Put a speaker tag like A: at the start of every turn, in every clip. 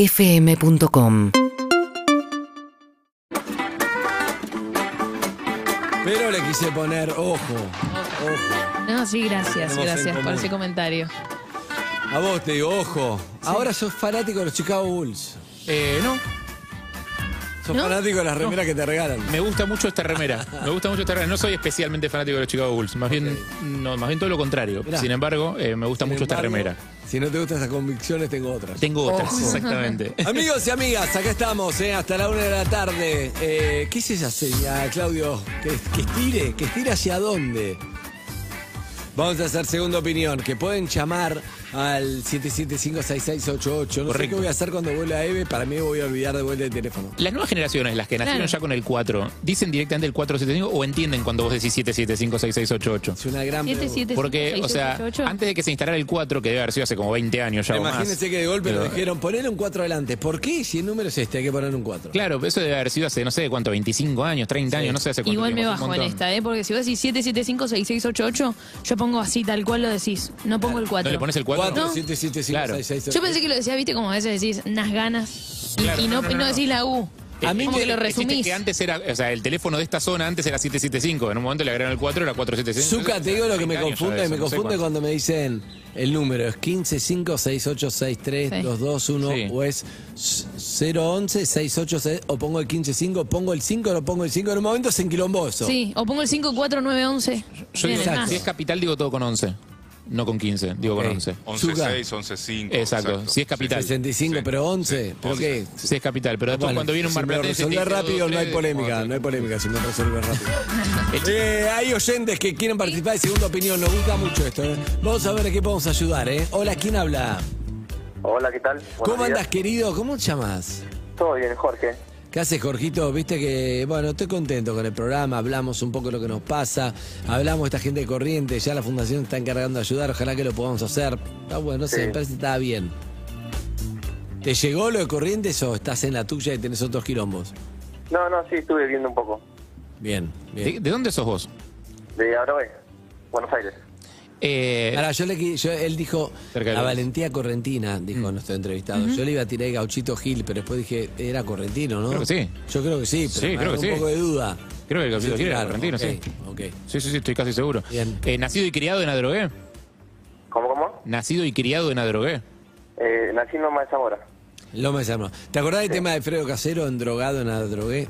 A: UrbanaPlayFM.com
B: Pero le quise poner ojo. Ojo.
C: No, sí, gracias,
B: Tenemos en
C: gracias por
B: común.
C: ese comentario.
B: A vos te digo, ojo. Ahora sos fanático de los Chicago Bulls.
D: Eh, no,
B: Sos
C: ¿No?
B: fanático de las remeras que te regalan.
D: me gusta mucho esta remera. Me gusta mucho esta remera. No soy especialmente fanático de los Chicago Bulls. Más bien, no, más bien todo lo contrario.
B: Mirá.
D: Sin embargo, eh, me gusta
B: Sin
D: mucho esta
B: embargo,
D: remera.
B: Si no te gustan esas convicciones, tengo otras.
D: Tengo otras, exactamente.
B: Amigos y amigas, acá estamos, eh, hasta la una de la tarde. Eh, ¿Qué es esa señal, Claudio? Que, que estire, que estire hacia dónde. Vamos a hacer segunda opinión, que pueden llamar al 775-6688. No sé qué
D: Correcto.
B: voy a hacer cuando vuelva Eve, para mí voy a olvidar de vuelta el teléfono.
D: Las nuevas generaciones, las que nacieron
C: Claro.
D: ya con el 4, ¿dicen directamente el 475 o entienden cuando vos decís 7756688?
B: Es una gran
C: Siete,
B: pregunta.
C: siete,
D: Porque,
C: cinco,
D: o
C: seis,
D: sea,
C: ocho, ocho.
D: antes de que se instalara el 4, que debe haber sido hace como 20 años ya o más.
B: Imagínense que de golpe lo
D: pero- eh,
B: dijeron, ponele un 4 adelante. ¿Por qué? Si el número es este, hay que poner un 4.
D: Claro, eso debe haber sido hace, no sé, ¿cuánto? 25 años, 30 años, no sé hace cuánto
C: Igual me
D: tiempo, hace un
C: bajo en
D: montón.
C: esta, ¿eh? Porque si vos decís 7756688, yo pongo así, tal cual lo decís. No pongo el 4.
D: ¿No le pones el 4?
B: 4,
C: No.
B: 7, 7, 5,
D: Claro.
B: 6, 6,
C: Yo pensé que lo decías, viste, como a veces decís unas ganas y,
D: Claro,
C: y no,
D: no, no,
C: y no
D: no.
C: decís la U.
B: A mí
C: como
B: me-
C: que este lo
D: Existe
C: resumís.
D: que antes era, o sea, el teléfono de esta zona antes era 775, en un momento le agregaron el 4, era 475.
B: Zucca, te digo lo que me confunde,
D: confunde,
B: y me confunde cuando me dicen el número, es 15 5 68 63
C: Sí.
B: 221
D: Sí.
B: o es 011 686 o pongo el 15 5, pongo el 5, no pongo el 5, en un momento se enquilombó eso.
C: Sí, o pongo el 54911.
D: Yo
C: Bien,
D: digo,
B: Exacto.
D: si es capital digo todo con 11, no con 15, digo
B: Ok.
D: con 11.
E: 11.6, 11.5.
D: Exacto, si es capital.
B: 65,
E: Sí.
B: pero 11,
E: Sí,
B: ¿pero
E: 11.
B: qué?
D: Si es capital, pero después
B: Bueno,
D: cuando viene un
B: si
D: mar
B: me lo
D: platense... te
B: resolvés
D: dice "Oh, dos,
B: rápido, no hay
D: tres,
B: polémica,
D: cuatro.
B: no hay polémica si me resolvés rápido. Eh, hay oyentes que quieren participar de segunda opinión, nos gusta mucho esto. ¿eh? Vamos a ver a qué podemos ayudar, ¿eh? Hola, ¿quién habla?
F: Hola, ¿qué tal? Buenos
B: ¿Cómo
F: días.
B: andas, querido? ¿Cómo te llamas?
F: Todo bien, Jorge.
B: ¿Qué haces, Jorgito? Viste que, bueno, estoy contento con el programa, hablamos un poco de lo que nos pasa, hablamos de esta gente corriente, ya la fundación está encargando de ayudar, ojalá que lo podamos hacer. Está bueno, no sé,
F: Sí.
B: me parece que está bien. ¿Te llegó lo de corrientes o estás en la tuya y tenés otros quilombos?
F: No, no, sí, estuve viendo un poco.
B: Bien, bien.
D: ¿De, de dónde sos vos?
F: De Aroe, Buenos Aires.
D: Eh,
B: Ahora, yo le qui- yo- él dijo,
D: Cerca de
B: la
D: Lourdes.
B: valentía correntina, dijo
D: Mm.
B: nuestro entrevistado. Yo le iba a tirar el gauchito Gil, pero después dije, era correntino, ¿no?
D: Creo que sí.
B: Yo creo que sí, pero
D: Sí,
B: me
D: creo que
B: agarró un
D: sí.
B: poco de duda.
D: creo que el capítulo quiere era
B: claro,
D: argentino,
B: ok,
D: sí.
B: ok.
D: Sí, sí, sí, estoy casi seguro.
B: Bien.
D: Eh, ¿Nacido y criado en Adrogué?
F: ¿Cómo, cómo?
D: Nacido y criado en Adrogué.
F: Eh, nací en Loma de Zamora.
B: Loma de Zamora. ¿Te acordás del tema de Fredo Casero en Drogado en la Drogué?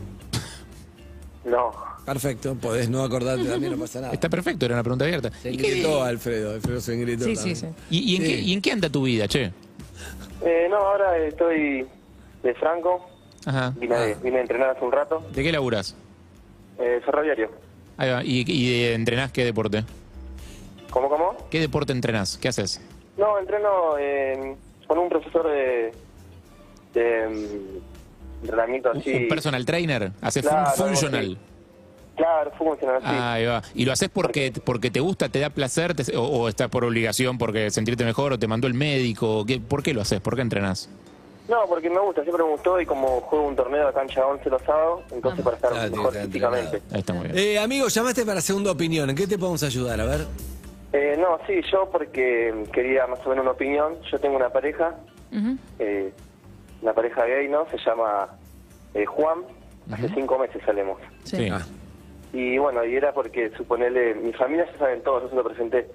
F: No.
B: Perfecto, podés no acordarte también, no pasa nada.
D: Está perfecto, era una pregunta abierta.
B: Se
D: ¿Y, qué-
B: engritó Alfredo, Alfredo se engritó.
C: Sí,
B: también.
C: sí, sí.
D: y- y en
B: Sí.
D: qué, y en qué anda tu vida, che?
F: Eh, no, ahora estoy de Franco.
D: Ajá.
F: Vine, de- vine a entrenar hace un rato.
D: ¿De qué laburás?
F: Eh, ferroviario.
D: Ahí va. ¿Y, y de- entrenás qué deporte?
F: ¿Cómo, cómo?
D: ¿Qué deporte entrenás? ¿Qué haces?
F: No, entreno eh, con un profesor de, de mm, entrenamiento
D: ¿Un,
F: así.
D: un personal trainer? ¿Haces fun-
F: Claro,
D: functional?
F: sí. Claro, fue funcional así.
D: Ahí va. ¿Y lo haces porque, porque te gusta, te da placer te- o, o estás por obligación porque sentirte mejor o te mandó el médico? ¿Qué- ¿Por qué lo haces? ¿Por qué entrenás?
F: No, porque me gusta, siempre me gustó y como juego un torneo de cancha 11 los sábados, entonces para estar
B: Ah, tiene
F: mejor
B: que estar
F: físicamente.
D: Ahí está muy bien.
B: Eh, amigo, llamaste para segunda opinión. ¿En qué te podemos ayudar? A ver.
F: Eh, no, sí, yo porque quería más o menos una opinión. Yo tengo una pareja,
C: Ujú.
F: eh, una pareja gay, ¿no? Se llama eh, Juan. Hace cinco meses salimos.
C: Sí.
D: Sí.
B: Ah.
F: Y bueno, y era porque suponerle, mi familia ya saben todo, yo se lo presenté.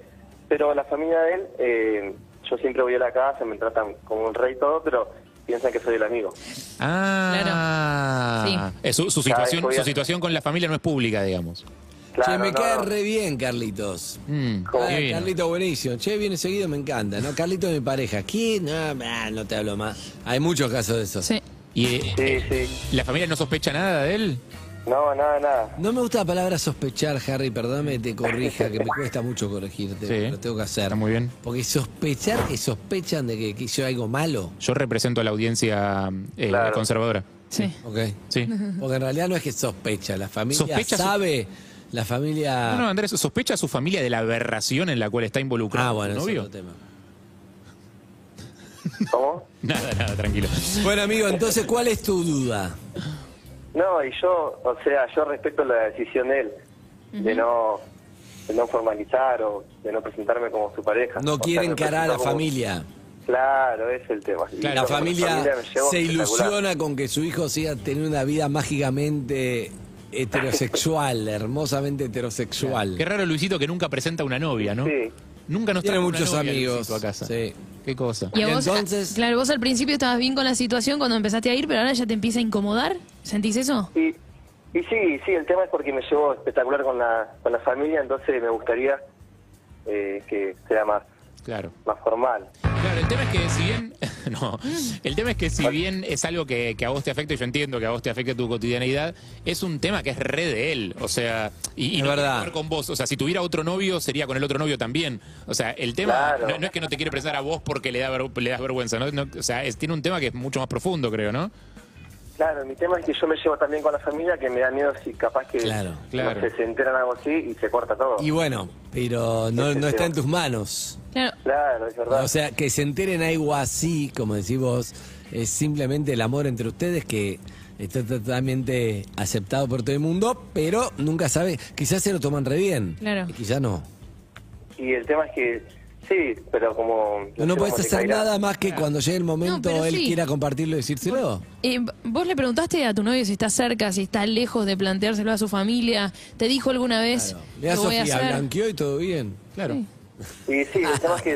F: Pero la familia de él, eh, yo siempre voy a la casa, me tratan como un rey y todo, pero piensan que soy el amigo.
D: Ah.
C: Claro.
D: Eh, su, su
F: Cada vez
D: situación,
F: voy
D: su
F: a-
D: situación con la familia no es pública, digamos.
B: che,
F: Claro,
B: me
F: no,
B: cae
F: no.
B: re bien, Carlitos.
D: Mm,
F: ¿Cómo?
B: Ah,
D: qué bien.
B: Carlito, buenísimo. Che, viene seguido, me encanta, ¿no? Carlito, mi pareja. ¿Quién? No, nah, no te hablo más. Hay muchos casos de esos.
C: Sí.
D: ¿Y eh,
F: Sí, sí.
D: la familia no sospecha nada de él?
F: No, nada, nada.
B: No me gusta la palabra sospechar, Harry, perdóname, te corrija, que me cuesta mucho corregirte,
D: Sí.
B: pero lo tengo que hacer.
D: Está muy bien.
B: Porque sospechar que sospechan de que, que hizo algo malo.
D: Yo represento a la audiencia eh,
F: Claro.
D: conservadora.
C: Sí.
B: Ok.
D: Sí.
B: Porque en realidad no es que sospecha, la familia
D: Sospecha su-
B: sabe, la familia...
D: No, no, Andrés, ¿sospecha a su familia de la aberración en la cual está involucrado
B: ah,
D: su
B: bueno, es
D: novio?
B: otro tema.
F: ¿Cómo?
D: Nada, nada, tranquilo.
B: Bueno, amigo, entonces, ¿cuál es tu duda?
F: No, y yo, o sea, yo respeto la decisión de él, de no de no formalizar o de no presentarme como su pareja.
B: No
F: O
B: quiere
F: sea, me
B: encarar a la
F: presentó como-
B: familia.
F: Claro, es el tema. Y
B: la
F: yo con
B: familia,
F: me llevo
B: se
F: espectacular.
B: ilusiona con que su hijo siga teniendo una vida mágicamente heterosexual, hermosamente heterosexual.
D: Qué raro Luisito que nunca presenta una novia, ¿no?
F: Sí.
D: Nunca nos
B: Tiene
D: trajo una
B: muchos
D: novia,
B: amigos,
D: Luisito, a casa.
B: sí.
D: Qué cosa.
C: Y a vos, ah,
B: Entonces-
C: claro, vos al principio estabas bien con la situación cuando empezaste a ir, pero ahora ya te empieza a incomodar. ¿Sentís eso?
F: Y, y sí, sí, el tema es porque me llevo espectacular con la, con la familia, entonces me gustaría eh, que sea más,
D: Claro.
F: más formal.
D: Claro, el tema es que si bien. No,
F: Mm.
D: el tema es que si bien es algo que, que a vos te afecta, y yo entiendo que a vos te afecta tu cotidianidad, es un tema que es re de él. O sea, y, y
B: Es
D: no tiene
B: verdad.
D: que ver con vos. O sea, si tuviera otro novio, sería con el otro novio también. O sea, el tema
F: Claro.
D: no, no es que no te quiere prestar a vos porque le, da ver- le das vergüenza. ¿no? No, o sea, es- tiene un tema que es mucho más profundo, creo, ¿no?
F: Claro, mi tema es que yo me llevo también con la familia, que me da miedo si capaz que
B: Claro,
F: no
D: claro.
F: sé, se enteran algo así y se corta todo.
B: Y bueno, pero no, no está en tus manos.
C: Claro.
F: Claro, es verdad.
B: O sea, que se enteren algo así, como decís vos, es simplemente el amor entre ustedes que está totalmente aceptado por todo el mundo, pero nunca sabe, quizás se lo toman re bien.
C: Claro.
B: y Quizás no.
F: y el tema es que sí, pero como...
B: No, no
F: sé
B: podés
F: cómo te
B: hacer
F: caerá.
B: nada más que cuando llegue el momento
C: pero
B: él
C: sí.
B: quiera compartirlo y decírselo.
C: Eh, ¿Vos le preguntaste a tu novio si está cerca, si está lejos de planteárselo a su familia? ¿Te dijo alguna vez
B: Claro. Le da
C: lo voy a
B: Sofía,
C: hacer?
B: blanqueó y todo bien.
D: Claro.
F: Y sí, el tema es que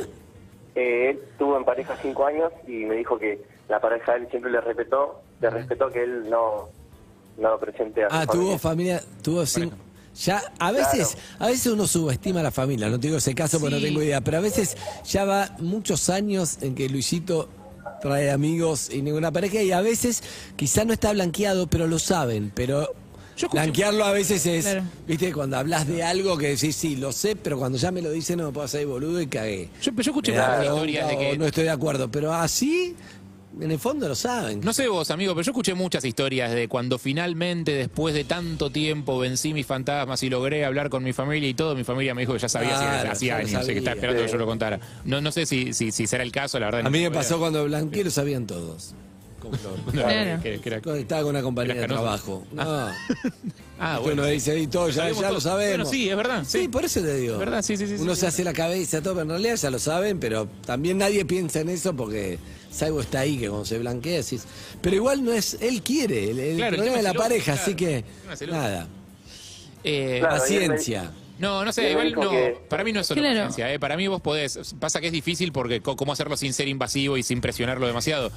F: eh, él estuvo en pareja cinco años y me dijo que la pareja de él siempre le respetó, le respetó que él no, no lo presente a su
B: Ah, tuvo
F: familia.
B: familia, tuvo cinco. Ya, a veces, a veces uno subestima a la familia, no te digo ese caso porque
C: Sí.
B: no tengo idea, pero a veces ya va muchos años en que Luisito trae amigos y ninguna pareja y a veces quizá no está blanqueado, pero lo saben, pero blanquearlo a veces es,
C: Claro.
B: viste, cuando hablas de algo que decís, sí, lo sé, pero cuando ya me lo dicen no me puedo hacer boludo y cagué.
D: Yo, yo escuché
B: Me da
D: muchas
B: bronca
D: historias de
B: o
D: que.
B: no estoy de acuerdo, pero así, en el fondo lo saben.
D: No sé vos, amigo, pero yo escuché muchas historias de cuando finalmente, después de tanto tiempo, vencí mis fantasmas y logré hablar con mi familia y todo. Mi familia me dijo que ya sabía si-
B: Claro,
D: hacía
B: ya lo
D: años,
B: sabía.
D: que estaba esperando que yo lo contara. No, no sé si, si, si será el caso, la verdad.
B: A
D: no
B: mí me
D: tengo
B: pasó
D: idea.
B: cuando blanqueé lo sabían todos.
D: No,
C: Claro.
D: que- que era-
B: Estaba con una compañera de
D: ¿Eras
B: trabajo.
D: canoso?
B: No.
D: Ah,
B: Uno
D: bueno.
B: dice, y todo, ya,
D: Sabemos
B: ya lo
D: todo.
B: sabemos.
D: Bueno, sí, es verdad,
B: Sí,
D: sí.
B: por eso te digo.
D: Es verdad, sí, sí, sí,
B: Uno
D: sí,
B: se hace la cabeza, todo, pero en realidad ya lo saben, pero también nadie piensa en eso porque Saibo está ahí, que cuando se blanquea decís. Pero igual no es, él quiere, el, el problema
D: Claro, el tema
B: de
D: es
B: la
D: el otro,
B: pareja,
D: claro.
B: así que
D: El tema es el otro.
B: nada,
D: Eh,
F: Claro, y él me-
B: paciencia.
D: No, no
F: Y
D: sé,
F: él
D: igual
F: me dijo
D: no.
F: que-
D: Para mí no es solo
C: Claro.
D: paciencia, eh. Para mí vos podés. Pasa que es difícil porque co- cómo hacerlo sin ser invasivo y sin presionarlo demasiado.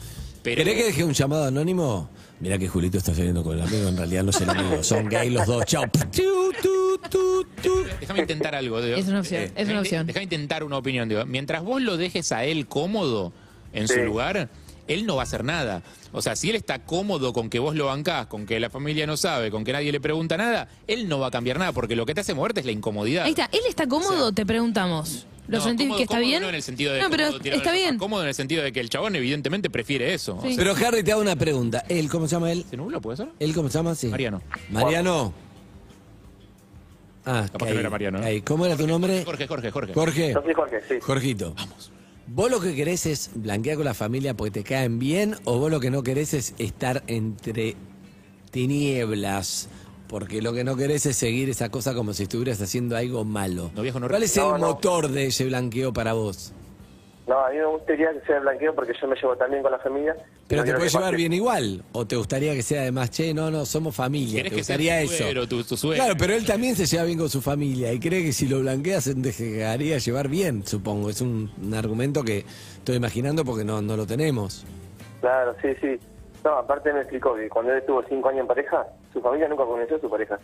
D: Pero,
B: ¿Querés que deje un llamado anónimo? Mirá que Julito está saliendo con el amigo, en realidad no es el amigo, son gay los dos, chao. Tu, tu, tu, tu.
D: Déjame intentar algo. digo.
C: Es una opción, es una
D: Dejame-
C: opción.
D: Dejame intentar una opinión. Digo. Mientras vos lo dejes a él cómodo en su
F: Sí.
D: lugar, él no va a hacer nada. O sea, si él está cómodo con que vos lo bancás, con que la familia no sabe, con que nadie le pregunta nada, él no va a cambiar nada, porque lo que te hace moverte es la incomodidad.
C: Ahí está. ¿Él está cómodo? te preguntamos. ¿Lo
D: No,
C: sentís
D: cómodo-
C: que está
D: cómodo
C: bien?
D: No, en el sentido de
C: No, pero
D: cómodo tirado
C: está
D: en el sofá.
C: bien.
D: Cómodo en el sentido de que el chabón evidentemente prefiere eso. O
C: Sí.
D: sea,
B: Pero Harry, te hago una pregunta. ¿Él cómo se llama él?
D: ¿Se nubló, puede ser?
B: ¿Él cómo se llama? Sí.
D: Mariano.
B: Mariano. Ah,
D: Capaz
B: caí,
D: que no era Mariano, ¿eh?
B: caí. ¿Cómo era tu nombre?
D: Jorge, Jorge, Jorge.
B: Jorge.
F: Yo soy Jorge, sí.
B: Jorgito. Vamos. ¿Vos lo que querés es blanquear con la familia porque te caen bien o vos lo que no querés es estar entre tinieblas? Porque lo que no querés es seguir esa cosa como si estuvieras haciendo algo malo.
D: No, viejo, no
B: ¿Cuál es el
F: No, no.
B: motor de ese blanqueo para vos?
F: No, a mí me gustaría que sea blanqueo porque yo me llevo también con la familia.
B: Pero
F: No
B: te
F: quiero
B: puedes
F: que
B: llevar
F: pase.
B: bien igual. O te gustaría que sea además, che, no, no, somos familia.
D: Querés
B: Te
D: que sea
B: gustaría
D: tu suegro,
B: eso.
D: tu- tu suegra.
B: claro, pero él también se lleva bien con su familia y cree que si lo blanqueas se dejaría llevar bien, supongo. Es un, un argumento que estoy imaginando porque no, no lo tenemos.
F: Claro, sí, sí. No, aparte me explicó que cuando él estuvo cinco años en pareja, su familia nunca conoció a su pareja.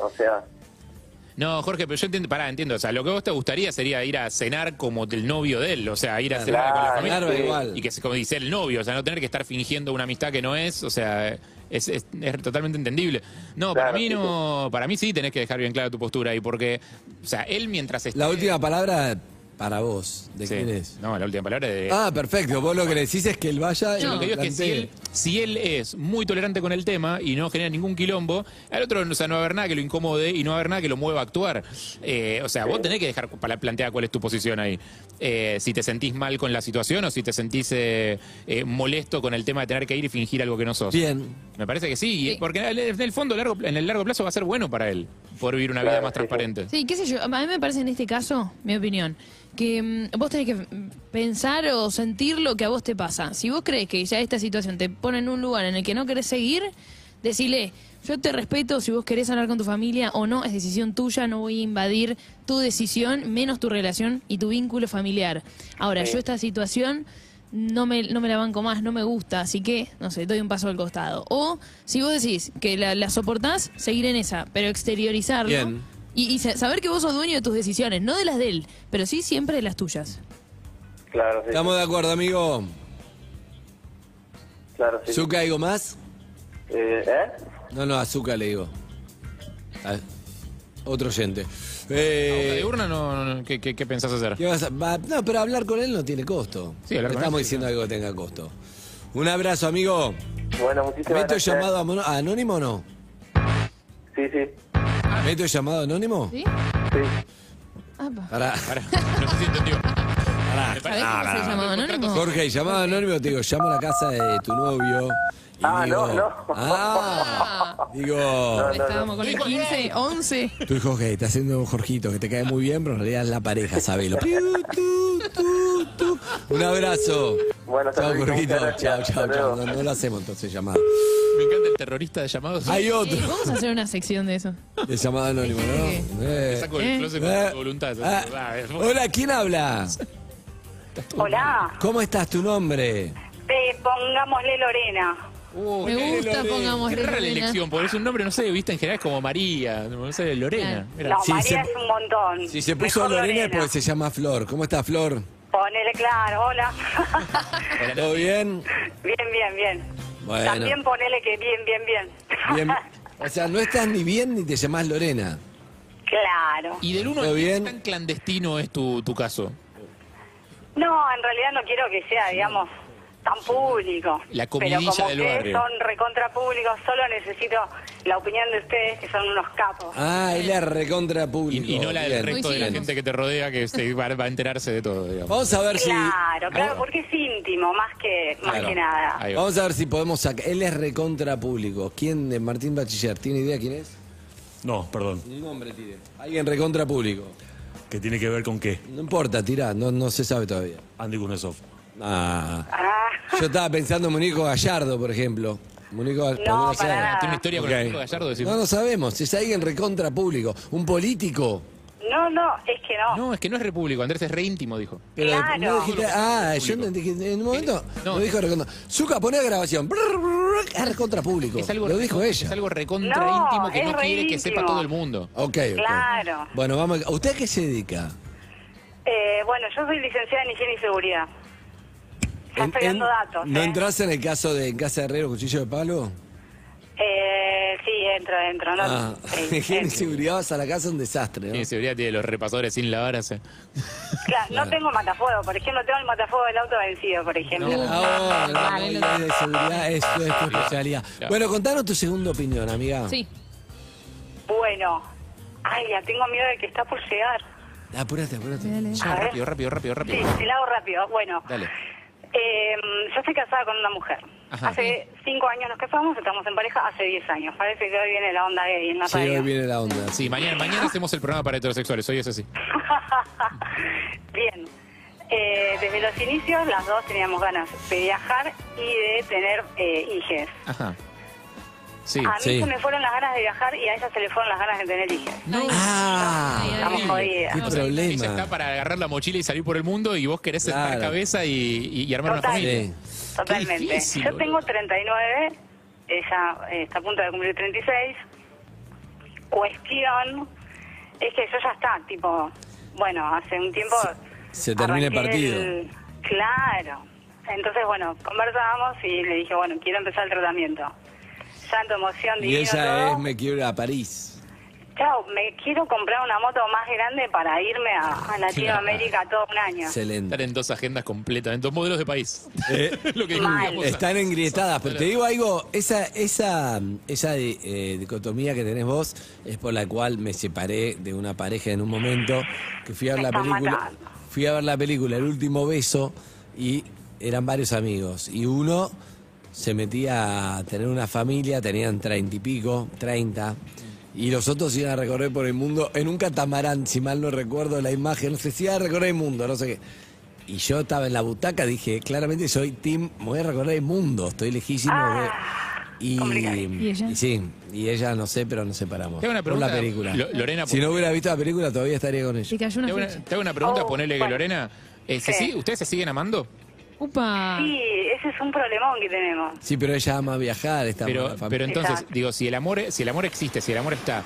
F: O sea,
D: No, Jorge, pero yo entiendo, pará, entiendo. O sea, lo que a vos te gustaría sería ir a cenar como el novio de él, o sea, ir a cenar con la
F: Claro,
D: familia.
B: claro, igual.
D: Y que se- como dice el novio, o sea, no tener que estar fingiendo una amistad que no es, o sea, es, es- es totalmente entendible. No, para
F: Claro,
D: mí
F: sí,
D: no, para mí sí tenés que dejar bien clara tu postura ahí, porque, o sea, él mientras esté.
B: La última palabra para vos, ¿de
D: Sí.
B: quién es?
D: No, la última palabra es de.
F: Ah,
B: Ah, perfecto. Vos lo que decís es que él vaya y
D: Yo lo que digo es que si
B: plantee.
D: él, Si él es muy tolerante con el tema y no genera ningún quilombo, al otro o sea, no va a haber nada que lo incomode y no va a haber nada que lo mueva a actuar. Eh, o sea, vos tenés que dejar para plantear cuál es tu posición ahí. Eh, si te sentís mal con la situación o si te sentís eh, eh, molesto con el tema de tener que ir y fingir algo que no sos.
B: Bien.
D: Me parece que sí, porque en el- en el fondo, largo, en el largo plazo va a ser bueno para él poder vivir una vida
F: Claro,
D: más
F: sí, sí.
D: transparente.
C: Sí, qué sé yo, a mí me parece en este caso, mi opinión, que mm, vos tenés que mm, pensar o sentir lo que a vos te pasa. Si vos crees que ya esta situación te pone en un lugar en el que no querés seguir, decile, yo te respeto si vos querés hablar con tu familia o no, es decisión tuya, no voy a invadir tu decisión, menos tu relación y tu vínculo familiar. Ahora, yo esta situación no me, no me la banco más, no me gusta, así que, no sé, doy un paso al costado. O si vos decís que la, la soportás, seguir en esa, pero exteriorizarlo.
B: Bien.
C: Y, y sa- saber que vos sos dueño de tus decisiones, no de las de él, pero sí siempre de las tuyas.
F: Claro, sí.
B: Estamos de acuerdo, amigo.
F: Claro, sí.
B: ¿Zuka algo más?
F: Eh, ¿eh?
B: No, no, a Zuka le digo. A- otro oyente.
D: ¿A boca de
B: Eh,
D: urna no, no- ¿qué, qué- qué pensás hacer?
B: ¿qué vas a- va- no, pero hablar con él no tiene costo.
D: Sí, hablar con
B: Estamos
D: él, sí,
B: diciendo algo que tenga costo. Un abrazo, amigo.
F: Bueno, muchísimas
B: ¿Meto
F: gracias.
B: llamado a mono- a anónimo o no?
F: Sí, sí,
B: ¿Meto llamado anónimo?
C: ¿Sí?
F: sí.
C: Apa.
B: Pará.
D: Pará, no sé si entendió. Me
C: ¿Sabés
D: parece-
C: cómo se llamaba anónimo?
B: Jorge, llamado anónimo, te digo, llamo a la casa de tu novio. y
F: Ah,
B: digo,
F: no, no.
B: Ah, digo.
C: Estábamos con el 15, 11.
B: Tu hijo que está haciendo un Jorgito, que te cae muy bien, pero en realidad es la pareja, sabelo. Piu, tu, tu, tu. Un abrazo.
F: Bueno, hasta
B: chao,
F: luego,
B: Jorgito.
F: muchas gracias.
B: Chao, chao,
F: Hasta
B: chao. No,
F: luego.
B: no lo hacemos entonces llamado.
D: Me encanta el terrorista de llamados.
B: Hay otro
C: Eh, vamos a hacer una sección de eso.
B: de llamado anónimo, ¿no?
D: Te
B: Eh,
D: saco del
C: Eh.
D: closet con
B: eh,
D: tu voluntad.
B: ah,
D: Ah, es-
B: hola, ¿quién habla?
A: Hola,
B: ¿Cómo estás? ¿Tu nombre?
A: eh, pongámosle Lorena.
D: Uh,
C: Me
D: qué-
C: gusta, pongamos
D: Qué
C: de
D: rara la
C: Lorena.
D: elección, porque es un nombre, no sé, viste, en general es como María, no sé, Lorena.
C: Claro.
D: Mira,
A: no,
B: si
A: María
B: se-
A: es un montón.
B: Si se puso
A: Mejor
B: Lorena pues, es porque se llama Flor. ¿Cómo estás, Flor?
A: Ponele claro, hola.
D: hola,
B: ¿Todo bien?
A: bien, bien, bien.
B: Bueno.
A: También ponele que bien, bien, bien.
B: Bien. O sea, no estás ni bien ni te llamás Lorena.
A: claro.
D: Y del uno
B: ¿Todo
D: al diez,
B: bien?
D: ¿qué tan clandestino es tu, tu caso?
A: No, en realidad no quiero que sea, digamos, tan público.
D: La comidilla
A: Pero como
D: del
A: ustedes
D: barrio.
A: son recontra públicos, solo necesito la opinión de ustedes, que son unos capos.
B: Ah, es la recontra público.
D: Y, y no la del
B: Bien,
D: resto de la
B: bien.
D: gente que te rodea, que se va, va a enterarse de todo, digamos.
B: Vamos a ver si.
A: Claro, claro,
B: Vamos-
A: porque es íntimo, más que, más
B: Claro.
A: que nada.
D: Ahí va.
B: Vamos a ver si podemos sacar. Él es recontra público. ¿Quién de Martín Bachiller? ¿Tiene idea quién es?
E: No, perdón.
B: Un nombre tire. Alguien recontra público.
E: ¿Que tiene que ver con qué?
B: No importa, tirá, no, no se sabe todavía.
E: Andy Kuznetsov.
B: Ah.
A: Ah,
B: Yo estaba pensando en Munico Gallardo, por ejemplo. Munico Gallardo.
A: No,
B: lo sabe.
A: para nada.
D: Tiene una historia
E: Ok.
D: con el hijo Gallardo. decís,
B: No, no sabemos. Es alguien recontra público. Un político.
A: no, no, es que no.
D: No, es que no es repúblico, Andrés es re íntimo, dijo.
B: Pero
A: Claro.
B: no dijiste, ah, yo
D: Público.
B: entendí que en un momento
D: Eh, No,
B: lo
D: no.
B: dijo recontra. Zuka, poné a grabación. Brr, brr, brr, es contra público.
D: Es algo,
B: lo dijo ella.
D: Es algo recontra
A: No,
D: íntimo que
A: es
D: no
A: re
D: quiere que
A: íntimo.
D: sepa todo el mundo.
B: Ok, ok.
A: Claro.
B: Bueno, vamos. ¿A usted a qué se dedica?
A: Eh, bueno, yo soy licenciada en higiene y seguridad. Ya estoy dando datos.
B: ¿No
A: ¿eh?
B: entras en el caso de en Casa de Herrero, Cuchillo de Palo?
A: Eh, sí, entro, entro. No,
B: ah,
A: sí,
B: higiene y
A: entro.
B: seguridad vas a la casa, un desastre, ¿no?
D: Tiene seguridad, tiene los repasadores sin lavar hace.
A: Claro, no tengo matafuego, por ejemplo, tengo el matafuego del auto vencido, por ejemplo.
B: Ah, bueno,
C: Vale,
B: muy
C: lo-
B: bien, de seguridad, eso es tu especialidad.
D: Claro.
B: Bueno, contanos tu segunda opinión, amiga.
C: Sí.
A: Bueno, ay, ya tengo miedo de que está por llegar.
B: Apúrate, apúrate.
D: Ya,
A: A ver.
D: rápido, rápido, rápido, rápido.
A: Sí, te la hago rápido. Bueno,
D: Dale.
A: eh, yo estoy casada con una mujer.
D: Ajá.
A: Hace cinco años nos casamos, estamos en pareja hace diez años. Parece que hoy viene la onda gay en la
B: Sí,
A: radio.
B: hoy viene la onda.
D: Sí, mañana, mañana hacemos el programa para heterosexuales, hoy es así.
A: Bien. Eh, desde los inicios las dos teníamos ganas de viajar y de tener eh, hijes.
D: Ajá. Sí.
A: a mí
B: sí.
A: se me fueron las ganas de viajar y a ella se le fueron las ganas de tener hijes.
D: No.
B: Ah,
C: Ay,
A: Estamos
C: horrible.
A: jodidas.
B: qué
D: O sea,
B: problema.
D: Ella está para agarrar la mochila y salir por el mundo y vos querés sentar
B: Claro.
D: cabeza y, y- y armar
A: Total.
D: una familia.
B: Sí.
A: Totalmente.
D: difícil,
A: Yo
D: boludo.
A: tengo 39, ella eh, está a punto de cumplir 36. Cuestión es que yo ya está, tipo, bueno, hace un tiempo...
B: Se- se termina el
A: arranqué
B: partido.
A: Claro. Entonces, bueno, conversábamos y le dije, bueno, quiero empezar el tratamiento. Santo, emoción,
B: Y
A: divino
B: ella
A: todo.
B: es Me quiero ir a París.
A: Chao, me quiero comprar una moto más grande para irme a, a Latinoamérica todo un año.
B: Excelente.
D: Están en dos agendas completas, en dos modelos de país.
B: Eh,
D: Lo que
A: Mal.
D: discutíamos.
B: Están engrietadas, pero te digo algo, esa, esa, esa eh, dicotomía que tenés vos es por la cual me separé de una pareja en un momento que fui a ver
A: Me
B: la
A: estás
B: película,
A: matando.
B: fui a ver la película El último beso y eran varios amigos y uno se metía a tener una familia, tenían treinta y pico, treinta. Y los otros iban a recorrer por el mundo en un catamarán, si mal no recuerdo la imagen, no sé si iba a recorrer el mundo, no sé qué. Y yo estaba en la butaca, dije, claramente soy team, me voy a recorrer el mundo, estoy lejísimo.
A: Ah,
B: de- y,
A: complicado.
C: ¿Y ella?
B: y sí, y ella no sé, pero nos separamos.
D: Te hago una
B: Por la
D: pregunta,
B: película.
D: Lo- Lorena,
B: si
D: por-
B: no hubiera visto la película, todavía estaría con ella.
C: Te cayó una
D: Te hago una,
C: flecha.
D: te hago una pregunta,
A: Oh,
D: ponele que
A: bueno.
D: Lorena. eh, ¿se
A: Sí.
D: sigue- ¿Ustedes se siguen amando?
C: Upa.
A: Sí, ese es un problemón que tenemos.
B: Sí, pero ella ama viajar, está con
D: Pero,
B: la familia.
D: pero entonces,
A: Exacto.
D: digo, si el amor si el amor existe, si el amor está.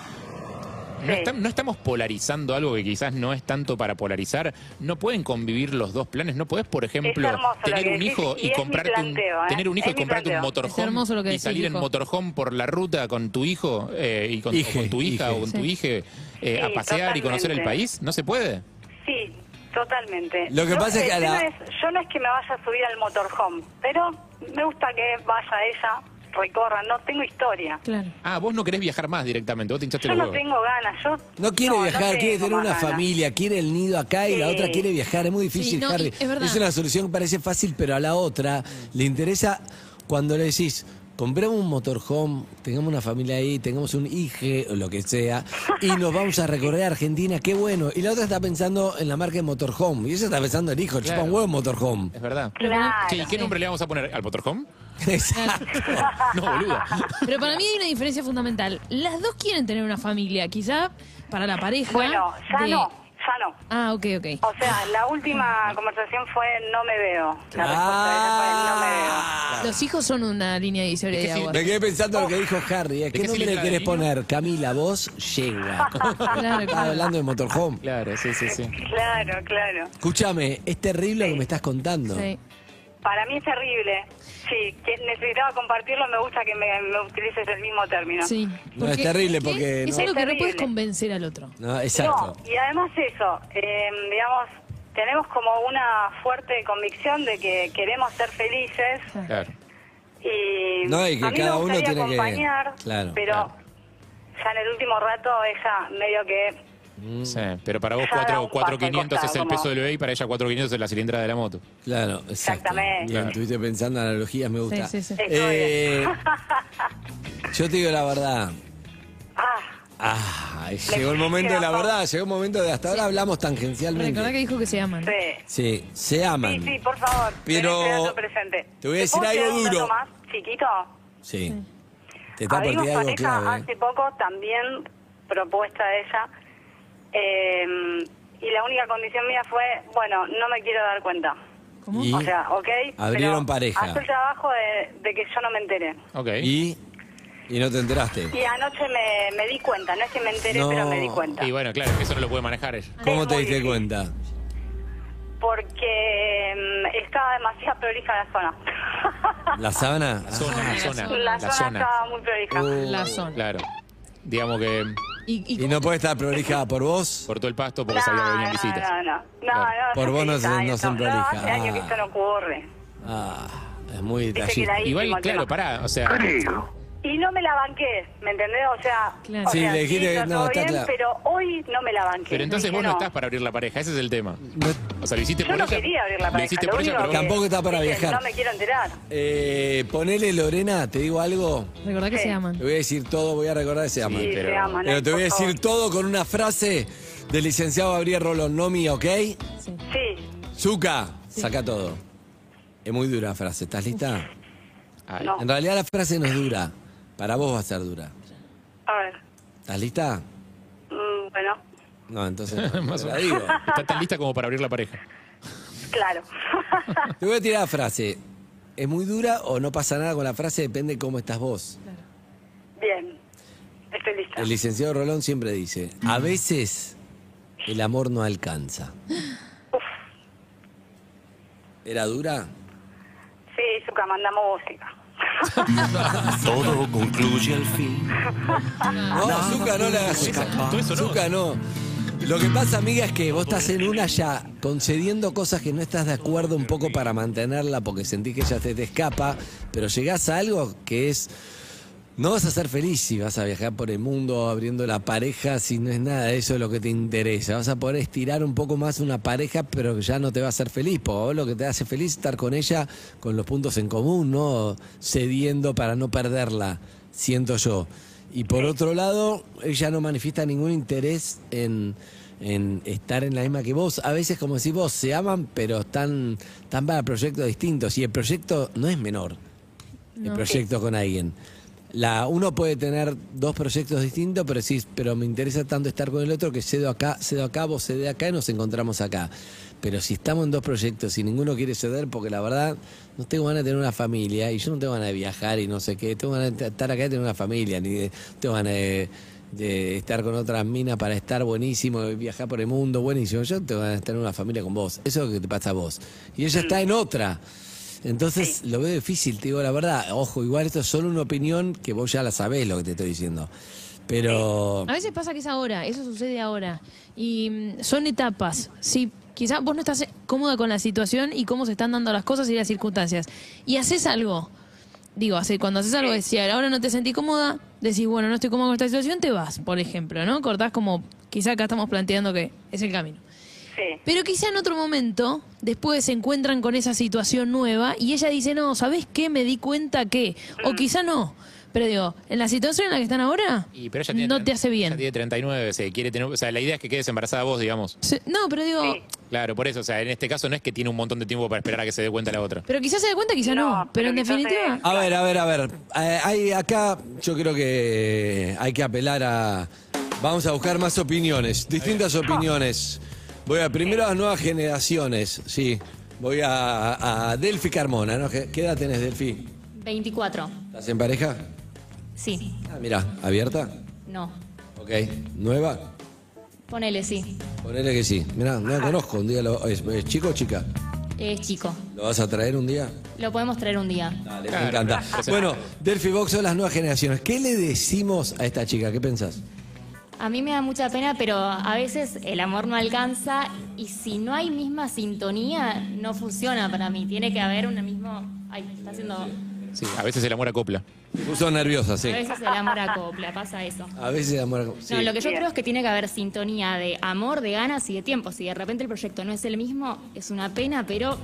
D: No,
A: Sí.
D: estam- no estamos polarizando algo que quizás no es tanto para polarizar. No pueden convivir los dos planes. No podés, por ejemplo,
A: hermoso lo
D: tener
A: que
D: un
A: decís
D: hijo
A: y
D: y
A: es mi
D: comprarte un,
A: planteo, ¿eh?
D: tener un hijo
A: Es
D: y
A: mi
D: comprarte un
A: planteo.
C: Es hermoso lo que
D: motorhome y
C: decís,
D: salir en
C: hijo.
D: motorhome por la ruta con tu hijo eh, y con, o
B: Hije,
D: con tu hija
B: hije.
D: o con
C: Sí.
D: tu hije eh, a
A: Sí,
D: pasear y conocer el
A: totalmente.
D: país. No se puede.
A: Sí, totalmente.
B: Lo que
A: Yo-
B: pasa es
A: el
B: que a la-
A: tema es- yo no es que me vaya a subir al motorhome, pero me gusta que vaya ella, recorra, no tengo historia.
C: Claro.
D: Ah, vos no querés viajar más directamente. Vos te hinchaste
A: Yo
D: los
A: no
D: huevos.
A: tengo ganas, yo...
B: No quiere viajar,
A: no
B: quiere
A: tengo
B: tener una
A: más ganas.
B: familia, quiere el nido acá y la
A: Sí.
B: otra quiere viajar. Es muy difícil,
C: Sí, no,
B: Harry.
C: y- es verdad.
B: una solución que parece fácil, pero a la otra le interesa cuando le decís, compramos un motorhome, tengamos una familia ahí, tengamos un hije o lo que sea, y nos vamos a recorrer a Argentina, qué bueno. Y la otra está pensando en la marca de motorhome, y ella está pensando en el hijo, chupa
D: Claro.
B: un huevo motorhome.
D: Es verdad.
A: Claro.
D: Che, ¿y qué nombre le vamos a poner al motorhome?
B: Exacto.
D: No, boluda.
C: Pero para mí hay una diferencia fundamental. Las dos quieren tener una familia, quizá para la pareja.
A: Bueno, ya
C: de-
A: no, ya no.
C: Ah, ok, ok.
A: O sea, la última
B: Mm.
A: conversación fue no me veo. La respuesta de ella fue no me veo.
B: Ah.
C: Los hijos son una línea divisoria
D: Es que
C: de
D: sí,
C: agua.
B: Me quedé pensando en lo que dijo Harry. ¿eh?
D: ¿De
B: ¿Qué
D: qué
B: nombre
D: cilindro
B: querés
D: de vino?
B: poner? Camila, vos, yegua.
C: claro.
B: Estaba hablando de motorhome.
D: Claro, sí, sí, sí.
A: Claro, claro.
B: Escúchame, es terrible lo que me estás contando.
C: Sí.
A: Para mí es terrible. Sí, que necesitaba compartirlo, me gusta que me, me utilices el mismo término.
C: Sí.
B: No, es terrible
C: ¿sabes qué?
B: porque
C: Es
B: no-
C: algo que no
A: Terrible.
C: puedes convencer al otro.
B: No, exacto.
A: No, y además eso, eh, digamos, tenemos como una fuerte convicción de que queremos ser felices
D: Claro.
A: y,
B: No, y que
A: a mí
B: cada
A: me
B: uno
A: gustaría
B: tiene que-
A: acompañar,
B: claro,
A: pero
B: claro.
A: ya en el último rato ella medio que...
D: Sí, pero para vos
A: Ya da Mm. un
D: 4
A: paso
D: 4500
A: al
D: es el
A: costado,
D: peso del bebé y para ella 4500 es la cilindrada de la moto.
B: Claro, exacto.
A: Exactamente.
B: Bien, estuviste pensando en analogías, me gusta.
C: Sí, sí, sí.
B: Eh, yo te digo la verdad.
A: Ah,
B: Ah, llegó el momento de la verdad, llegó el momento de hasta ahora hablamos
C: Recordá que
B: tangencialmente.
C: dijo que se aman.
A: sí.
B: Sí, se
A: Sí,
B: aman.
A: sí, por favor.
B: Pero-
A: ten ese dato presente.
B: Te voy a
A: ¿Te
B: decir
A: puedo
B: algo
A: tirar un
B: duro.
A: dato más, chiquito?
B: Sí. Te está
A: Abrimos
B: partiendo algo
A: pareja
B: clave. ¿eh?
A: hace poco, también propuesta de ella. eh, y la única condición mía fue, bueno, no me quiero dar cuenta.
C: ¿Cómo?
B: Y-
A: O sea, ok.
B: Abrieron
A: pero
B: pareja.
A: Haz el trabajo de, de que yo no me enteré.
D: Ok.
B: Y, y no te enteraste.
A: Y anoche me, me di cuenta, no es que me enteré,
B: No.
A: pero me di cuenta.
D: Y bueno, claro, que eso no lo puede manejar ella.
B: ¿Cómo
A: Es
B: te
A: muy
B: diste
A: difícil.
B: cuenta?
A: Porque mm, estaba demasiado prolija la zona.
B: ¿La sábana?
D: Zona, la zona,
A: Ah, la,
D: la
A: zona,
D: zona. Uh,
A: estaba muy prolija.
C: La zona.
D: Claro. Digamos que
C: Y, y-
B: ¿Y no puede estar prolijada por vos?
D: cortó el pasto porque sabía que venían visitas.
A: No, no, no. no,
D: Claro.
A: no,
B: Por
A: no
B: vos
A: hace
B: no se- no
A: 10 años,
B: se prolija.
A: Hace años que esto no ocurre.
B: Ah, es muy
A: Dice que
B: detallista.
A: la hice,
D: Igual,
A: el
D: claro,
A: tema.
D: pará, o sea,
A: Y no me la banqué, ¿me entendés? O sea,
C: Claro.
A: o
B: Sí,
A: sea,
B: le dijiste que
A: hizo
B: no,
A: todo
B: está
A: bien,
B: claro.
A: pero hoy no me la banqué.
D: pero entonces
A: Dije,
D: vos no estás para abrir la pareja, ese es el tema.
B: No-
D: O sea, lo hiciste
A: Yo
D: por
A: no
D: ella.
A: quería abrir la
D: lo
A: pareja.
D: hiciste
A: lo
D: por ella,
A: único
D: pero
A: que-
D: vos-
B: Tampoco está para
A: dije,
B: viajar.
A: No me quiero enterar.
B: Eh, ponele Lorena, te digo algo.
C: recordá que
A: Sí.
C: se
B: Te
C: aman.
B: voy a decir todo, voy a recordar ese ama.
A: Sí,
D: pero-
A: se aman,
B: Pero
A: ay,
B: te voy a
A: por favor.
B: decir todo con una frase del licenciado Gabriel Rolón Nomi, ¿ok?
C: Sí.
A: Sí,
B: Zuka, saca todo. Es muy dura la frase, ¿estás lista?
D: Ay,
A: no.
B: En realidad la frase no es dura. Para vos va a ser dura.
A: A ver,
B: ¿Estás lista?
A: mm, bueno,
B: No, entonces no,
D: Más
B: te
D: o
B: la
D: menos.
B: digo.
D: Está tan lista como para abrir la pareja.
A: claro.
B: Te voy a tirar la frase. ¿Es muy dura o no pasa nada con la frase? Depende de cómo estás vos.
A: bien, estoy lista.
B: El licenciado Rolón siempre dice, a veces el amor no alcanza. ¿Era dura?
A: Sí, Zuka, mandamos música.
G: Todo concluye al fin.
B: Ah, No, Zuka no la hagas. Zuka no. Lo que pasa, amiga, es que vos estás en una ya concediendo cosas que no estás de acuerdo un poco para mantenerla porque sentís que ella te, te escapa, pero llegás a algo que es. No vas a ser feliz si vas a viajar por el mundo abriendo la pareja si no es nada de eso lo que te interesa. Vas a poder estirar un poco más una pareja, pero ya no te va a hacer feliz. Porque vos lo que te hace feliz es estar con ella con los puntos en común, ¿no? Cediendo para no perderla, siento yo. Y por otro lado, ella no manifiesta ningún interés en, en estar en la misma que vos. A veces, como decís vos, se aman, pero están, están para proyectos distintos. Y el proyecto no es menor, el
C: No.
B: proyecto con alguien. La, uno puede tener dos proyectos distintos, pero decís, pero me interesa tanto estar con el otro que cedo acá, cedo acá, vos cede acá y nos encontramos acá. Pero si estamos en dos proyectos y ninguno quiere ceder, porque la verdad no tengo ganas de tener una familia y yo no tengo ganas de viajar y no sé qué, tengo ganas de estar acá y tener una familia, ni de, tengo ganas de, de estar con otras minas para estar buenísimo, de viajar por el mundo, buenísimo. Yo tengo ganas de tener una familia con vos, eso es lo que te pasa a vos. Y ella está en otra. Entonces lo veo difícil, te digo la verdad. Ojo, igual esto es solo una opinión que vos ya la sabés lo que te estoy diciendo. Pero
C: A veces pasa que es ahora, eso sucede ahora. Y mm, son etapas. Si quizás vos no estás eh, cómoda con la situación y cómo se están dando las cosas y las circunstancias, y haces algo, digo, hace, cuando haces algo, si ahora no te sentís cómoda, decís, bueno, no estoy cómoda con esta situación, te vas, por ejemplo, ¿no? Cortás como, quizá acá estamos planteando que es el camino.
A: Sí.
C: Pero quizá en otro momento, después se encuentran con esa situación nueva y ella dice, no, ¿sabes qué? Me di cuenta que.
D: Mm.
C: O quizá no. Pero digo, en la situación en la que están ahora,
D: Y, pero ella tiene
C: no
D: tre-
C: te hace
D: ella
C: bien.
D: tiene 39, se quiere tener, o sea, la idea es que quedes embarazada vos, digamos.
C: Se- no, pero digo,
A: Sí.
D: Claro, por eso, o sea, en este caso no es que tiene un montón de tiempo para esperar a que se dé cuenta la otra.
C: pero quizás se dé cuenta, quizá no.
A: No,
C: pero
A: pero
C: en
A: quizás se-
C: definitiva,
B: A ver, a ver, a ver. Eh, hay, acá yo creo que hay que apelar a... Vamos a buscar más opiniones, distintas opiniones. Voy a primero a las nuevas generaciones, sí. Voy a, a Delphi Carmona, ¿no? ¿Qué qué edad tenés, Delphi?
H: 24.
B: ¿Estás en pareja?
H: Sí.
B: Ah, mira, abierta.
H: No.
B: Ok. ¿Nueva?
H: Ponele sí.
B: Ponele que sí. Mira, no la conozco. Un día lo- ¿es, es chico o chica?
H: Es chico.
B: ¿Lo vas a traer un día?
H: Lo podemos traer un día.
B: Dale,
D: Claro,
B: me encanta. Bueno, Delphi Box son las nuevas generaciones. ¿Qué le decimos a esta chica? ¿Qué pensás?
H: A mí me da mucha pena, pero a veces el amor no alcanza y si no hay misma sintonía, no funciona para mí. Tiene que haber una misma... Ay, está haciendo...
D: Sí, a veces el amor acopla.
B: Se puso nerviosa, sí.
H: A veces el amor acopla, pasa eso.
B: A veces amor. sí.
H: No, lo que yo
A: Bien.
H: creo es que tiene que haber sintonía de amor, de ganas y de tiempo. Si de repente el proyecto no es el mismo, es una pena, pero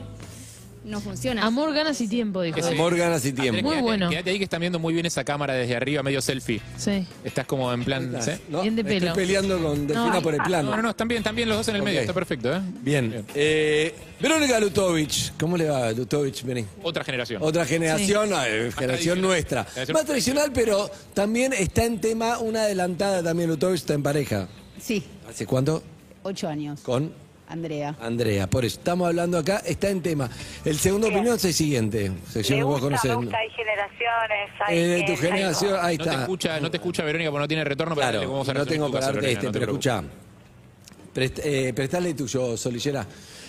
H: no funciona.
C: amor, ganas y tiempo, dijo.
D: Es
C: él.
B: Amor, ganas y
D: Andrés,
B: tiempo.
C: Muy
D: quédate-
C: bueno.
D: Quédate ahí que están viendo muy bien esa cámara desde arriba, medio selfie.
C: Sí.
D: Estás como en plan. ¿sí?
B: No,
C: Bien de
B: me Estoy
C: pelo.
B: peleando con Delfina
C: ay.
B: por el
D: No, no,
B: plano.
D: no, están bien, están bien los dos en el
B: Ok.
D: medio, está perfecto, ¿eh?
B: Bien. Eh, Verónica Lutovic. ¿Cómo le va, Lutovic? Vení.
D: Otra generación.
B: Otra generación, eh, generación
D: tradicional.
B: nuestra.
D: Generación-
B: Más tradicional, pero también está en tema una adelantada también. Lutovic está en pareja.
I: Sí,
B: ¿Hace cuánto?
I: ocho años.
B: Con
I: Andrea.
B: Andrea. Por eso estamos hablando acá, está en tema. El segundo
A: Bien.
B: opinión es el siguiente. Se
A: Me
B: lleva vos
A: gusta, me
B: conocés,
A: gusta,
B: ¿no?
A: hay generaciones, hay...
B: Eh, de
A: eh,
B: tu
A: hay-
B: generación, ahí
D: no,
B: está.
D: te escucha, no te escucha Verónica porque no tiene retorno, pero dale,
B: Claro,
D: ¿cómo vamos a
B: no
D: resolver
B: tengo
D: tu
B: para
D: caso,
B: darte
D: Verónica,
B: este,
D: no te
B: pero
D: preocupes.
B: escuchá. Prest, eh, prestale tuyo, Solillera.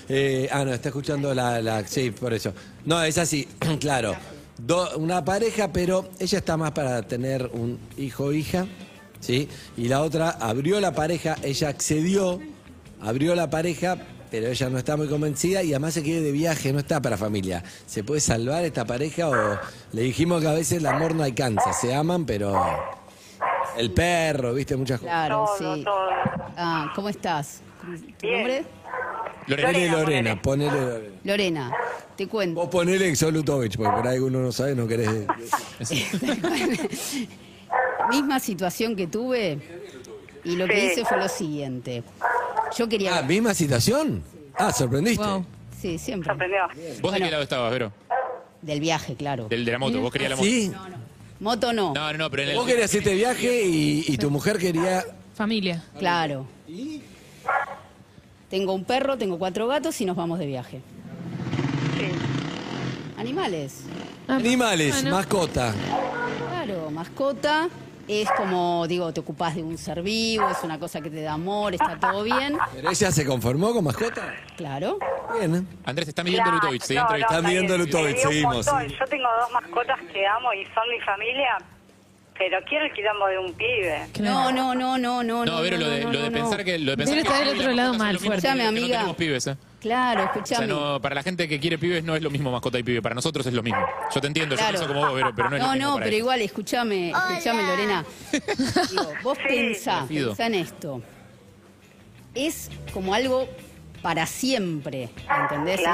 B: Eh, ah, no, está escuchando la, la- Sí, por eso. No, es así, claro. Do- una pareja, pero ella está más para tener un hijo o hija, ¿sí? Y la otra abrió la pareja, ella accedió, abrió la pareja, pero ella no está muy convencida y además se quiere de viaje, no está para familia. ¿Se puede salvar esta pareja o le dijimos que a veces el amor no alcanza? Se aman, pero. El perro, viste, muchas cosas.
I: Claro,
A: Todo,
I: sí.
A: todo.
I: Ah, ¿cómo estás? ¿Tu
A: Bien.
I: nombre?
D: Lorena,
B: Ponele
A: Lorena,
B: Lorena, ponele Lorena.
I: Lorena. Te cuento.
B: Vos ponele Exolutovich, porque por ahí uno no sabe, no querés.
I: Misma situación que tuve y lo que
A: Sí.
I: hice fue lo siguiente. Yo
B: Ah,
I: quería...
B: ¿misma situación? Ah, sorprendiste.
C: Wow.
I: Sí, siempre.
A: Sorprendió.
D: ¿Vos de qué lado estabas, Vero?
I: Del viaje, claro.
D: Del de la moto, vos querías la moto.
B: ¿Sí?
I: Moto no,
D: No, no, no, pero en el.
B: Vos querías este viaje y, y tu mujer quería.
C: Familia.
I: claro. Tengo un perro, tengo cuatro gatos y nos vamos de viaje.
A: Sí.
I: Animales.
C: Ah,
B: Animales,
C: bueno.
B: mascota.
I: Claro, mascota es como, digo, te ocupás de un ser vivo, es una cosa que te da amor, está todo bien.
B: ¿Pero ella se conformó con mascota?
I: Claro.
B: Bien.
D: Andrés está midiendo
A: Claro,
D: Lutovic, se
A: no,
D: entra
A: no,
B: Está midiendo
A: bien.
B: Lutovic,
A: Me dio un
B: seguimos.
A: montón. Yo tengo dos mascotas que amo y son mi familia, pero quiero el quilombo de un pibe.
I: No, no, no, no, no.
D: No, pero lo de,
I: no,
D: lo de
I: no,
D: pensar
I: no.
D: que. Lo de
C: Debe
D: pensar
C: estar
D: que-
C: del otro lado mal,
D: lo mismo
C: fuerte.
D: que
I: Escuchame,
D: No
I: amiga.
D: tenemos pibes, ¿eh?
I: Claro,
D: O sea,
I: escúchame.
D: no, para la gente que quiere pibes no es lo mismo mascota y pibe. Para nosotros es lo mismo. Yo te entiendo,
I: Claro.
D: yo pienso como vos, Vero, pero no es lo
I: No,
D: mismo.
I: no,
D: para
I: pero
D: ellos.
I: igual, escúchame, escúchame, Lorena. Digo, vos
A: Sí.
I: pensá,
D: Fido.
I: pensá en esto. Es como algo para siempre, ¿entendés? Es-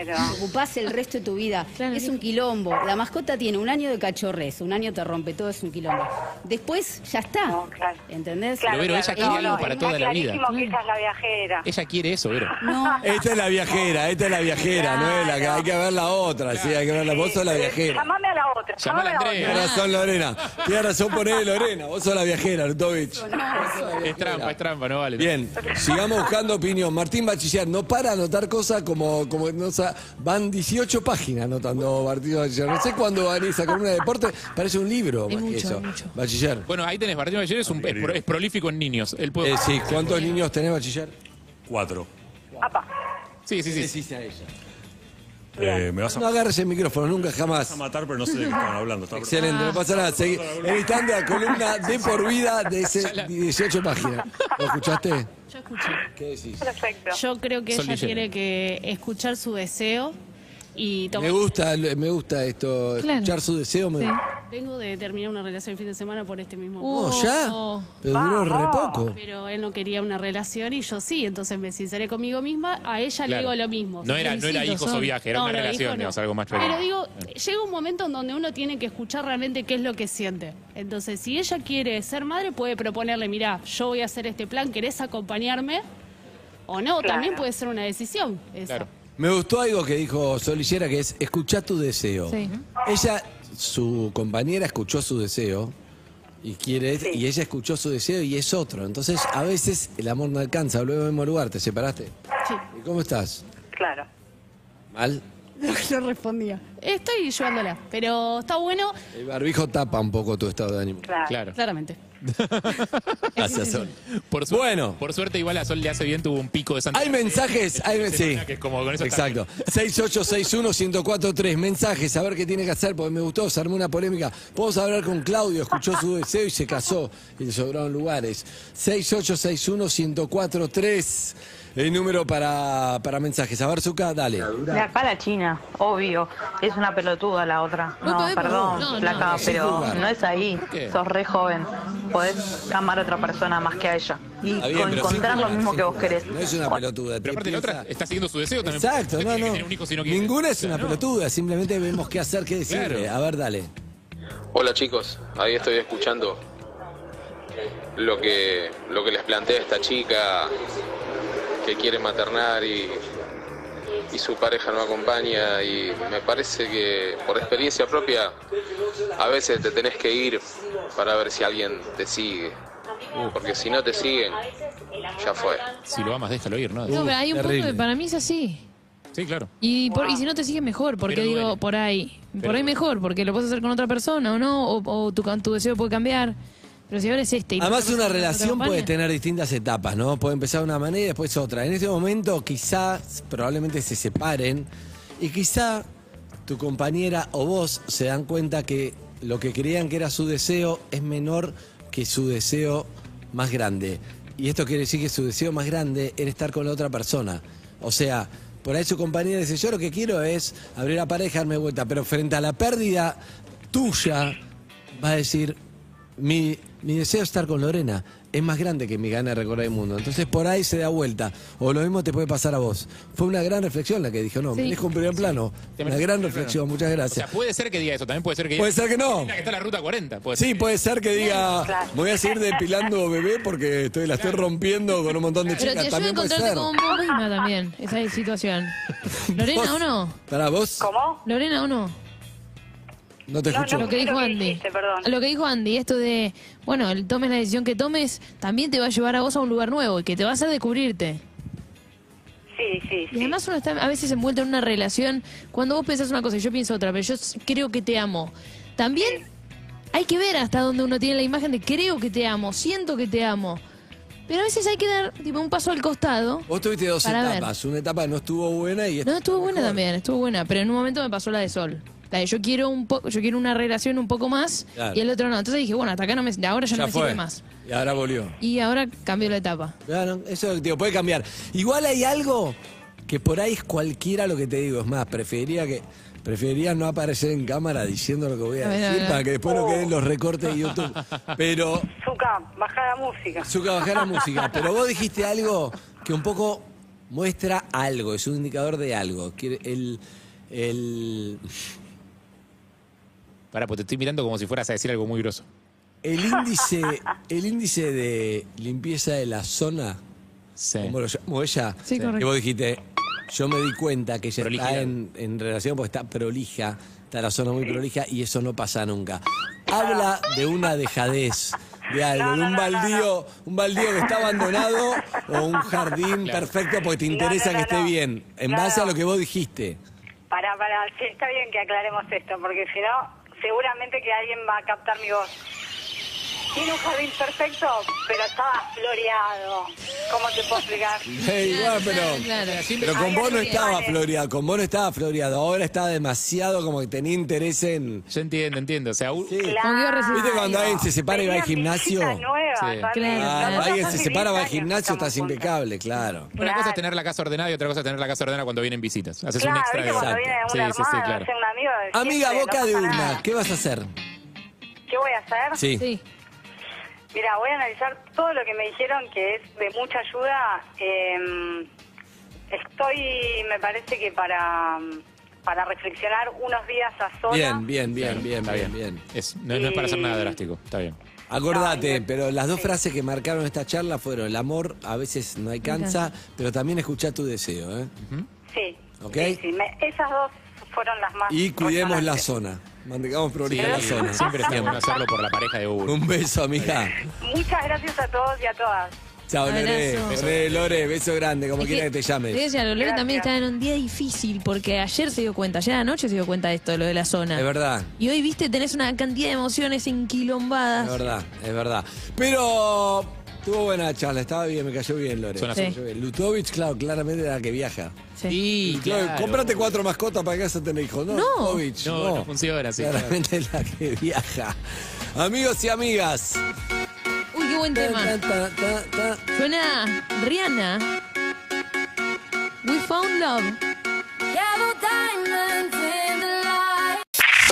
A: Claro.
I: Ocupás el resto de tu vida.
C: Claro,
I: es
C: sí.
I: un quilombo. La mascota tiene un año de cachorrez, un año te rompe todo, es un quilombo. Después ya está.
A: No, claro.
I: ¿Entendés?
A: Claro,
D: Vero, ella
A: claro.
D: quiere algo para
A: está
D: toda la vida.
A: clarísimo que ella es la viajera.
D: Ella quiere eso, Vero.
B: Ah,
I: No,
B: Esta es la viajera, esta es la viajera, no es la que hay que ver la otra, sí, hay que ver la vos sos la viajera.
A: Llamame a la otra.
D: Llamala
A: llamame a la
D: Andrea.
B: Tienes
A: otra.
B: razón, Lorena. Tienes razón, ponele Lorena. Vos sos la viajera, Lutovic.
D: Es trampa, es trampa, no vale.
B: Bien, sigamos buscando opinión. Martín Bachiller no para de anotar cosas como, como no sa- van 18 páginas anotando Martín Bachiller. No sé cuándo van a sacar una de deporte, parece un libro
C: Hay
B: más que
C: mucho,
B: eso.
C: hay mucho.
B: Bachiller.
D: Bueno, ahí tenés, Martín Bachiller es, un- es pro- es prolífico en niños. Él puede...
B: Eh, sí, ¿cuántos niños tenés, Bachiller?
E: Cuatro.
A: Apa.
D: sí, sí, sí, sí.
B: a ella?
E: Eh, me vas a,
B: No agarres el micrófono, nunca jamás.
E: vas a matar, pero no sé de qué estaban hablando. Estaba-
B: Excelente, no pasa nada. Seguí editando la columna de por vida de ese 18 páginas. ¿Lo escuchaste?
J: Yo escuché.
B: ¿Qué decís?
A: Perfecto.
J: Yo creo que
D: Sol
J: ella
D: Guillén.
J: tiene que escuchar su deseo y
B: Me
J: tomar.
B: gusta, me gusta esto,
C: Claro.
B: escuchar su deseo. Me...
C: Sí.
J: Vengo de terminar una relación el fin de semana por este mismo.
C: Uh.
B: No, ya, pero duró re poco.
J: Pero él no quería una relación y yo sí, entonces me sinceré conmigo misma. A ella le
D: Claro.
J: digo lo mismo.
D: No era, no era
C: Felicito,
D: hijos o
C: son.
D: viaje, era
J: No,
D: una
J: no, dijo
D: relación,
J: no.
D: digamos, algo más
J: Pero
D: chorizo.
J: digo, llega un momento en donde uno tiene que escuchar realmente qué es lo que siente. Entonces, si ella quiere ser madre, puede proponerle, mirá, yo voy a hacer este plan, ¿querés acompañarme? O no, también puede ser una decisión. esa.
D: Claro.
B: Me gustó algo que dijo Solillera, que es escuchá tu deseo.
C: Sí.
B: Ella, su compañera escuchó su deseo y quiere y ella escuchó su deseo y es otro. Entonces, a veces el amor no alcanza, habló del mismo lugar, te separaste.
J: Sí.
B: ¿Y cómo estás?
A: Claro.
B: ¿Mal?
J: No respondía. Estoy llevándola, pero está bueno,
B: El barbijo tapa un poco tu estado de ánimo.
A: Claro.
D: Claro.
J: claramente.
B: Gracias, Sol.
D: Por suerte,
B: Bueno.
D: Por suerte, igual a Sol le hace bien, tuvo un pico de santa.
B: Hay mensajes, hay men- sí.
D: Que es como con eso está
B: Exacto. 6861-1043, mensajes, a ver qué tiene que hacer, porque me gustó, se armó una polémica. Podemos hablar con Claudio, escuchó su deseo y se casó y le sobraron lugares. 6861-1043, el número para, para mensajes. A ver, Zuka, dale.
K: De acá a la China, obvio. Es una pelotuda la otra.
C: No
K: No,
C: podemos.
K: perdón,
C: No, no,
K: flaca,
B: no, sin
K: pero
B: jugar.
K: no es ahí.
D: qué?
K: Sos re joven. Podés amar a otra persona más que a ella. Y
B: Está bien,
K: con-
B: pero sin
K: encontrar lo
B: jugar,
K: mismo
B: sin
K: que vos
B: jugar.
K: querés.
B: No es una pelotuda.
D: Pero
B: te
D: aparte, la otra
B: piensa-
D: está siguiendo su deseo también.
B: Exacto,
D: Usted
B: no,
D: tiene que
B: no.
D: tener un hijo si no quiere.
B: Ninguna es
D: O sea,
B: una
D: no.
B: pelotuda, simplemente vemos qué hacer, qué decirle.
D: Claro.
B: A ver, dale.
L: Hola chicos, ahí estoy escuchando lo que, lo que les plantea esta chica que quiere maternar y, y su pareja no acompaña y me parece que por experiencia propia a veces te tenés que ir para ver si alguien te sigue. Porque si no te siguen, ya fue.
D: Si lo amas, déjalo ir, ¿no?
C: No, pero hay un punto
B: terrible.
C: que para mí es así.
D: Sí, claro.
C: Y, por- y si no te sigue mejor, porque
D: Pero
C: digo,
D: duele.
C: por ahí.
D: Pero
C: por ahí
D: duele.
C: mejor, porque lo puedes hacer con otra persona o no, o, o tu, tu deseo puede cambiar. Pero si ahora es este. y la
B: Además,
C: otra
B: una
C: persona no te
B: relación
C: acompaña,
B: puede tener distintas etapas, ¿no? Puede empezar de una manera y después otra. En este momento, quizás, probablemente se separen y quizá tu compañera o vos se dan cuenta que lo que creían que era su deseo es menor que su deseo más grande. Y esto quiere decir que su deseo más grande era estar con la otra persona. O sea, por ahí su compañera dice, yo lo que quiero es abrir la pareja, darme vuelta. Pero frente a la pérdida tuya, va a decir, mi, mi deseo de estar con Lorena es más grande que mi gana de recorrer el mundo. Entonces por ahí se da vuelta. O lo mismo te puede pasar a vos. Fue una gran reflexión la que dijo, no,
C: Sí.
B: me dejo un primer plano.
D: Te
B: Una
D: mereces
B: gran
D: un primer
B: reflexión,
D: plano.
B: muchas
D: O sea,
B: gracias.
D: puede ser que diga eso, también puede ser que diga.
B: Puede ser que no.
D: Mira que está en la ruta 40.
C: pues,
D: Puede
B: Sí,
D: ser.
B: puede ser que diga, me voy a seguir depilando bebé porque estoy, la estoy rompiendo con un montón de
C: Pero te
B: chicas.
C: ayuda a
B: También puede ser.
C: encontrarte con vos misma también, esa situación.
B: Vos-
C: ¿Lorena o no?
B: Para vos,
A: ¿Cómo?
C: ¿Lorena o no?
B: no te
A: No, no,
B: escucho.
C: Lo que
A: Lo
C: dijo
A: que
C: Andy.
A: dijiste, perdón.
C: Lo que dijo Andy, esto de, bueno, el- tomes la decisión que tomes, también te va a llevar a vos a un lugar nuevo y que te va a hacer descubrirte.
A: Sí, sí,
C: Y
A: sí.
C: además uno está a veces envuelto en una relación, cuando vos pensás una cosa y yo pienso otra, pero yo s- creo que te amo. También hay que ver hasta dónde uno tiene la imagen de creo que te amo, siento que te amo. Pero a veces hay que dar tipo un paso al costado.
B: Vos tuviste dos
C: Para ver.
B: etapas. Una etapa no estuvo buena y esta-
C: No, estuvo buena también, estuvo buena, pero en un momento me pasó la de Sol. La de yo quiero un poco, yo quiero una relación un poco más
B: Claro.
C: y el otro no. Entonces dije, bueno, hasta acá no me ahora ya, no me sirve más.
B: Y ahora volvió.
C: Y ahora cambio la etapa.
B: Claro, eso es lo que te digo, puede cambiar. Igual hay algo que por ahí es cualquiera lo que te digo. Es más, preferiría que. Preferiría no aparecer en cámara diciendo lo que voy a,
C: A ver, a
B: decir
C: ver.
B: para que después no queden los recortes de YouTube. Pero,
A: Zuka, baja la música.
B: Zuka, bajá la música. Pero vos dijiste algo que un poco muestra algo, es un indicador de algo. Quiere- El, el,
D: Pará, pues te estoy mirando como si fueras a decir algo muy groso.
B: el índice, el índice de limpieza de la zona,
D: Eh.
B: como lo llamó ella,
D: Sí,
B: que
D: correcto.
B: vos dijiste, yo me di cuenta que ella está en, en relación porque está prolija, está la zona muy prolija y eso no pasa nunca. Habla de una dejadez. De algo, de un baldío, un baldío que está abandonado o un jardín
A: Claro.
B: perfecto porque te
A: No,
B: interesa
A: no, no,
B: que esté
A: no.
B: bien, en
A: No,
B: base a
A: no.
B: lo que vos dijiste.
A: Para, para, sí, está bien que aclaremos esto, porque si no, seguramente que alguien va a captar mi voz. Tiene un jardín perfecto, pero estaba floreado. ¿Cómo te puedo explicar?
B: Ey, bueno, pero, pero con vos no estaba
A: floreado.
B: floreado, con vos no estaba floreado, ahora está demasiado como que tenía interés en...
D: Yo entiendo, entiendo. O sea, un-
A: Como que iba a recibir-
B: ¿Viste cuando alguien se separa y va al gimnasio?
A: visitas nuevas,
D: Sí.
A: amigo.
D: Claro.
B: Ah,
D: Nosotros
B: alguien
D: hace
B: se
D: 10
B: separa, va al
D: años
B: gimnasio, estás impecable, claro.
D: Una cosa es tener la casa ordenada y otra cosa es tener la casa ordenada cuando vienen visitas. Haces un
A: Claro,
D: extra
A: ¿viste
D: de
A: cuando viene un hermano, hace un amigo? de
B: Amiga,
A: siempre,
B: boca
A: no
B: de
A: pasa nada.
B: una, ¿qué vas a hacer?
A: ¿Qué voy a hacer?
B: Sí.
A: Mira, voy a analizar todo lo que me dijeron que es de mucha ayuda. Eh, estoy, me parece que para, para reflexionar unos días a sola.
B: Bien, bien, bien, bien,
D: está
B: bien,
D: bien.
B: bien.
D: Es- no, no es para hacer nada drástico, está bien.
B: Acordate, pero las dos frases que marcaron esta charla fueron el amor a veces no alcanza, pero también escuchá tu deseo, ¿eh?
A: Sí.
B: ¿Ok?
A: Sí, sí, me- esas dos fueron las más.
B: Y cuidemos la zona. Mantengamos prolija la zona.
D: siempre está bueno hacerlo por la pareja de uno.
B: Un beso, amiga.
A: Muchas gracias a todos y a todas.
B: Chao, Lore.
C: Abrazo.
B: Lore, Lore, beso grande, como
C: Es
B: quiera que te llames.
C: Te decía, Lorena también está en un día difícil porque ayer se dio cuenta, ayer anoche se dio cuenta de esto, lo de la zona.
B: Es verdad.
C: Y hoy, viste, tenés una cantidad de emociones enquilombadas.
B: Es verdad, es verdad. Pero tuvo buena charla, estaba bien, me cayó bien, Lore.
C: Suena Sí.
B: Me cayó bien. Lutovic, claro, claramente era la que viaja.
D: Sí,
B: Claro,
D: claro.
B: Comprate cuatro mascotas para que vas a tener hijos. No,
D: No.
B: Lutovic,
D: No, no funciona así,
B: Claramente es la que viaja. Amigos y amigas.
C: Uy, qué buen tema. Suena Rihanna. We found love.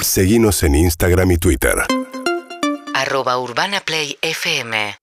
M: Seguinos en Instagram y Twitter.
N: Arroba Urbana Play FM